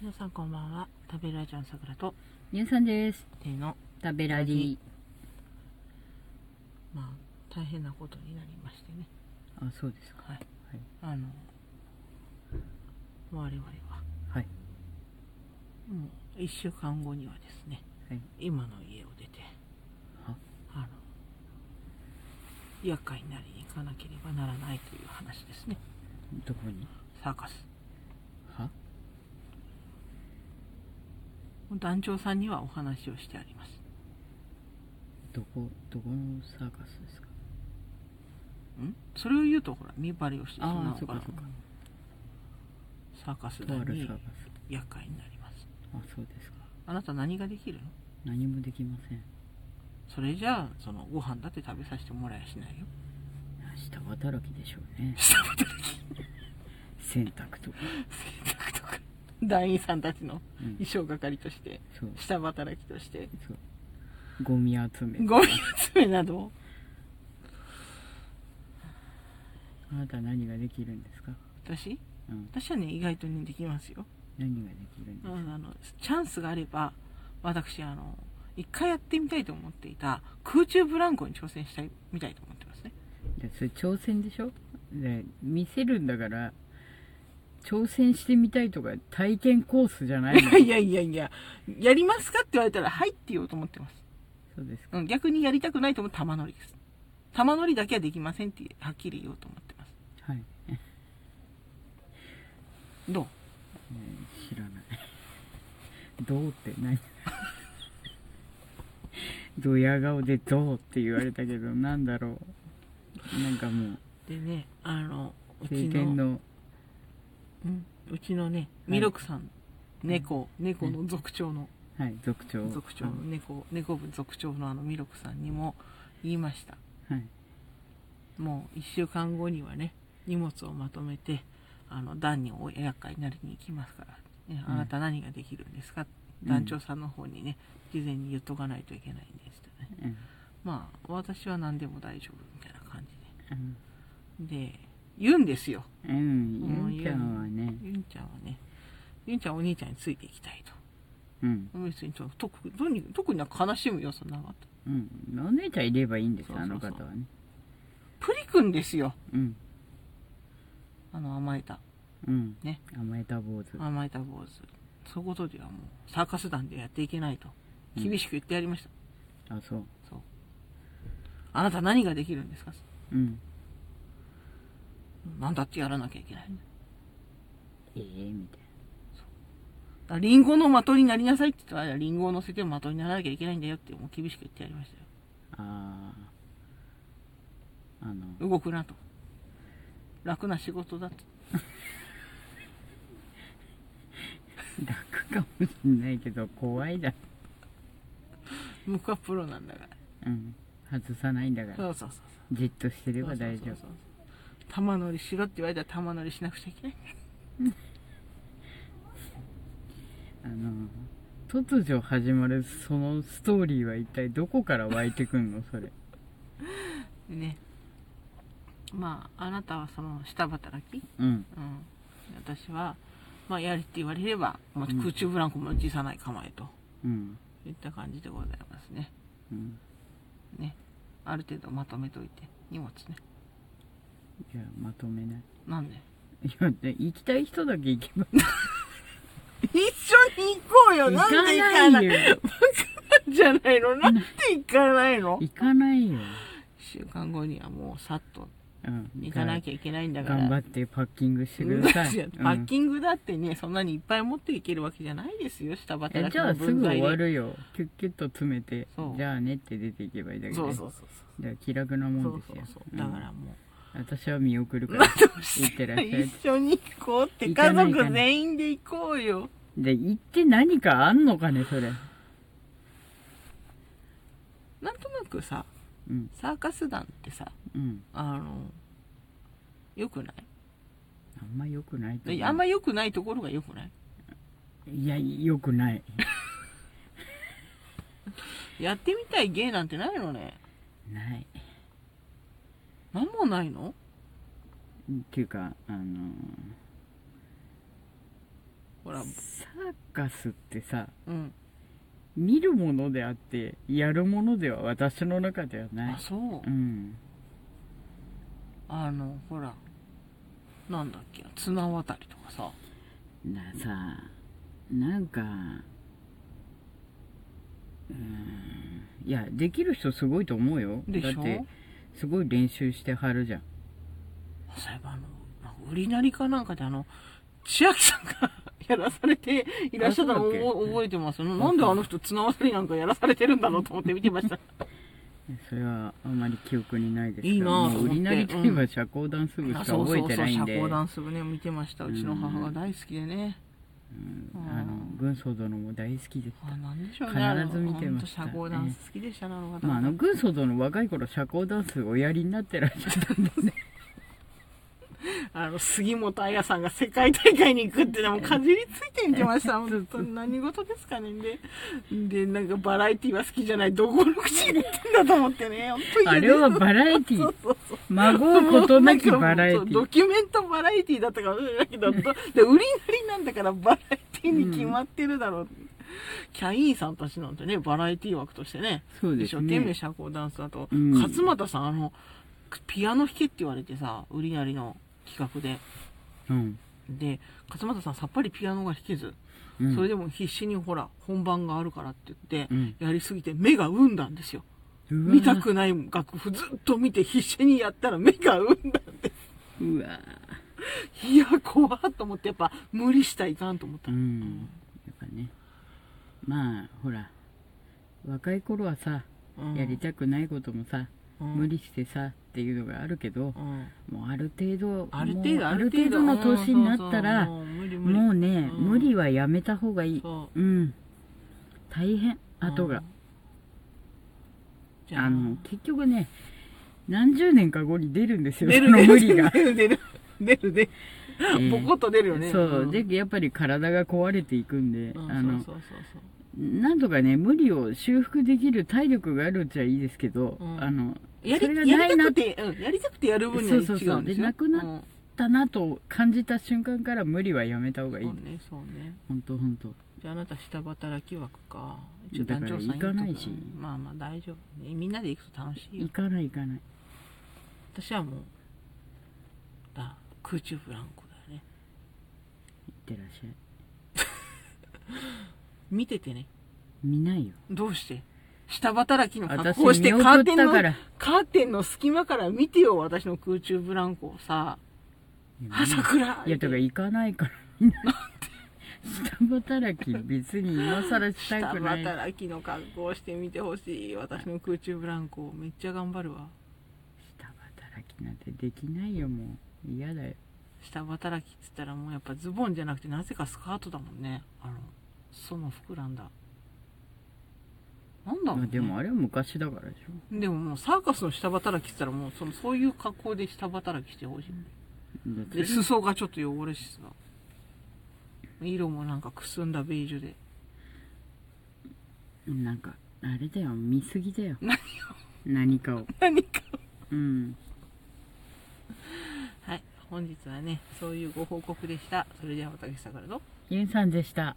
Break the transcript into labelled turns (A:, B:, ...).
A: 皆さんこんばんは食べラジオのさくらと
B: ゆうさんです。
A: ての
B: 食べラジ。
A: まあ大変なことになりましてね
B: あ、そうですか。
A: はいあの我々は
B: はい。
A: もう1週間後にはですね
B: はい。
A: 今の家を出て
B: は
A: あの厄介になりに行かなければならないという話ですね
B: どこに
A: サーカス
B: は
A: 団長さんにはお話をしてあります
B: どこ、どこのサーカスですか
A: んそれを言うとほら見張りをしてし
B: あ
A: ま
B: あ、そうう
A: か
B: からそうか。
A: サーカス
B: と
A: 団
B: ある
A: に
B: サーカス。
A: 厄介になります
B: あ、そうですか。
A: あなた何ができるの
B: 何もできません。
A: それじゃあそのご飯だって食べさせてもらえやしないよ
B: 下働きでしょうね。
A: 下働き
B: 洗濯とか。
A: 洗濯とか団員さんたちの
B: うん
A: 衣。装係として
B: そう。
A: 下働きとして
B: そう。ゴミ集め。
A: ゴミ集めなどを
B: あなた何ができるんですか
A: 私
B: うん。
A: 私はね意外とねできますよ、
B: 何ができるんです
A: う
B: か
A: ん、あのチャンスがあれば私あの一回やってみたいと思っていた空中ブランコに挑戦したいみたいと思ってますね
B: でそれ挑戦でしょで見せるんだから、挑戦してみたいとか体験コースじゃない
A: い
B: の
A: や いやいやいややりますかって言われたらはいって言おうと思ってます、
B: そうですか。
A: うん、逆にやりたくないとも玉乗りです玉乗りだけはできませんってはっきり言おうと思ってます
B: はい。
A: どう
B: えー知らないどうって何 ドヤ顔で「どう?」って言われたけどなんだろうなんかも
A: でねあのう
B: う
A: ちの
B: 経験の
A: うんうちのねミルクさん、猫猫の族長の、
B: はい族長
A: 族長の猫猫部族長のあのミルクさんにも言いました
B: はい
A: もう1週間後にはね荷物をまとめてあの団にお厄介になりに行きますから、ね、
B: うん
A: あなた何ができるんですか、
B: うん
A: 団長さんの方にね事前に言っとかないといけないんですとね
B: うん
A: まあ私は何でも大丈夫みたいな感
B: うん
A: じでで言うんですよ
B: うんゆんちゃんはね
A: ゆんちゃんはねゆんちゃんはお兄ちゃんについていきたいと
B: うん
A: 別にと特とに特になんか悲しむ要素なかった
B: うんお姉ちゃんいればいいんです
A: そう
B: よ
A: そ
B: あ
A: うそう
B: の方はね
A: プリくんですよ
B: うん
A: あの甘えた
B: うん
A: ね
B: 甘えた坊主
A: 甘えた坊主そういうことではもうサーカス団でやっていけないと
B: うん
A: 厳しく言ってやりました、
B: あそう
A: そうあなた何ができるんですか
B: うん
A: 何だってやらなきゃいけない
B: ええみたい
A: だからリンゴの的になりなさいって言ったらリンゴを乗せても的にならなきゃいけないんだよってもう厳しく言ってやりました
B: なあーあの
A: よ動くなと楽な仕事だと
B: 楽かもしんないけど怖いだ
A: 僕はプロなんだから
B: うん外さないんだか
A: そ
B: ら
A: うそうそうそう
B: じっとしてれば
A: そうそう
B: 大
A: そう
B: 丈
A: そ
B: 夫
A: う玉乗りしろって言われたら玉乗りしなくちゃいけない
B: あの突如始まるそのストーリーは一体どこから湧いてくんのそれ
A: でねまああなたはその下働き、
B: うん
A: うん、私は、まあ、やれって言われれば、まあ
B: うん
A: 空中ブランコも辞さない構えと
B: うん
A: いった感じでございますね
B: うん
A: ねある程度まとめといて荷物ね
B: いやまとめない
A: なんで
B: いやで行きたい人だけ行けば
A: 一緒に行こうよ
B: 行
A: なんで行
B: か
A: かな
B: ない
A: い
B: よ
A: じゃないのなんで行かないの1
B: 行かないよ、
A: 週間後にはもうさっと
B: うん、
A: 行かな
B: ゃ
A: きゃいけないんだから
B: 頑張ってパッキングしてください、
A: うん
B: うん
A: パッキングだってね、そんなにいっぱい持っていけるわけじゃないですよ、下働き
B: え
A: の
B: じゃあすぐ
A: 分際で
B: 終わるよキュッキュッと詰めて
A: そう
B: じゃあねって出ていけばいいだけで
A: そうそうそう
B: だから気楽な
A: そ
B: もん
A: う
B: です
A: そ
B: よ
A: うそうう。
B: ん
A: だからも
B: 私は見送る
A: う、
B: から
A: どう
B: 行ってらっしゃ い
A: 一緒に行こうって、家
B: 行かない行か
A: 族
B: な
A: 全員で行こうよ。
B: で行って何かあんのかねそれ
A: なんとなくさ、
B: うん
A: サーカス団ってさ、
B: うん
A: あの、良くない
B: あんま良くないと思
A: で
B: う
A: あんま良くないところが良くない
B: いや良くない
A: やってみたい芸なんてないのね。
B: ない
A: なんもないの
B: っていうかあの
A: ほら、
B: サーカスってさ
A: うん。
B: 見るものであってやるものでは私の中ではない
A: あ、そう
B: う。ん
A: あの、ほら、なんだっけ、綱渡りとかさ。
B: なさなんかうんいやできる人すごいと思うよ
A: でし
B: だ
A: ょ
B: ってすごい練習してはるじゃん
A: そういえばあの、なんか売りなりかなんかであの、千秋さんが やらされていらっしゃったの
B: あ
A: を
B: そうだっけ
A: 覚えてます。なんであの人綱渡りなんかやらされてるんだろうと思って見てま した。
B: それはあんまり記憶にないですけど
A: いいなぁ
B: も
A: と思
B: う
A: って
B: 売りなりといえば社交ダンス部し
A: あ
B: か
A: そう
B: 覚
A: そ
B: え
A: う
B: て
A: そ
B: な
A: う、
B: いん
A: 社
B: で
A: 交ダンス部ね、見てました。うちの母が大好きでね。
B: うんあの軍曹殿も大好きです
A: あ、なんでしょうね。
B: 必ず見てました
A: あのほんと社交ダンス好きでしたな、あの方。
B: まあ、あの軍曹殿若い頃社交ダンスおやりになってらっし ゃったんですね
A: あの、杉本彩さんが世界大会に行くってのもかじりついてみてま した。本当に何事ですかね。で、で、なんかバラエティは好きじゃない、どこの口に言ってんだと思ってね。本当に嫌
B: あ
A: で
B: れ
A: す
B: はバラエティ
A: そうそうそう。
B: 孫うことなきバラエテ
A: そう
B: ィ
A: ドキュメントバラエティだったからだけど、どで、売り売りなんだからバラエティに決まってるだろう。キャインさんたちなんてね、バラエティ枠としてね。
B: そうで
A: 一
B: す
A: 生懸命
B: ね
A: 社交ダンスだと、
B: うん
A: 勝俣さんあのピアノ弾けって言われてさ売りなりの企画で
B: うん
A: で勝俣さんさっぱりピアノが弾けず、
B: うん
A: それでも必死にほら本番があるからって言って、
B: うん
A: やりすぎて目が産んだんですよ
B: うわ
A: 見たくない楽譜ずっと見て必死にやったら目が産んだんで
B: うわ
A: すいや怖っと思ってやっぱ無理したらいかんと思った、
B: うんやっぱねまあほら若い頃はさ
A: うん
B: やりたくないこともさ、
A: うん
B: 無理してさっていうのがあるけど、
A: うん
B: もうある程度
A: ある程
B: もう
A: 度
B: ある程度の年になったら
A: うんそうそうもう無理無理
B: もうね、
A: うん
B: 無理はやめた方がいい
A: そう
B: うん大変後が、
A: じゃ
B: あの結局ね何十年か後に出るんですよ
A: 出る
B: そ
A: 出
B: の
A: る
B: 無理が、
A: 出る出る出る出
B: ええ
A: るボコッと出るよね
B: そう、
A: ん
B: でやっぱり体が壊れていくんで、
A: うん
B: あの
A: そうそうそうそう
B: なんとかね無理を修復できる体力があるうちはいいですけど、
A: うん
B: あの
A: や
B: それが
A: り
B: な
A: や
B: い
A: りた
B: な
A: くて、うん、やりたくてやる分には違うんですよ
B: そうそうそうでなくなっ
A: うん
B: だなと感じた瞬間から無理はやめた方がいい
A: そうねそうね
B: 本当本当
A: じゃああなた下働き枠か一応
B: だから
A: 団長さん
B: 行かないし
A: るとこまあまあ大丈夫ねみんなで行くと楽しいよ
B: 行かない行かない
A: 私はもうだ空中ブランコだよね
B: 行ってらっしゃい
A: 見ててね
B: 見ないよ
A: どうして下働きの格
B: 私
A: 好をして
B: 見
A: カー
B: 送
A: テ
B: っ
A: ン
B: た
A: の
B: から
A: カーテンの隙間から見てよ私の空中ブランコをさ「あ桜!」
B: いやだから行かないから見ない下働き別に今更した
A: 下
B: くない
A: 働きの格好をしてみてほしい私の空中ブランコめっちゃ頑張るわ
B: 下働きなんてできないよもう嫌だよ
A: 下働きっつったらもうやっぱズボンじゃなくてなぜかスカートだもんねあのその膨らんだなんだろう、
B: ま
A: ね、
B: あでもあれは昔だからでしょ
A: でももうサーカスの下働きっつったらもうそのそういう格好で下働きしてほしい
B: だって
A: で裾がちょっと汚れしさ色もなんかくすんだベージュで
B: なんかあれだよ見すぎだよ
A: 何を
B: 何かを
A: 何か
B: うん
A: はい本日はねそういうご報告でしたそれでは私さからの
B: ゆんさんでした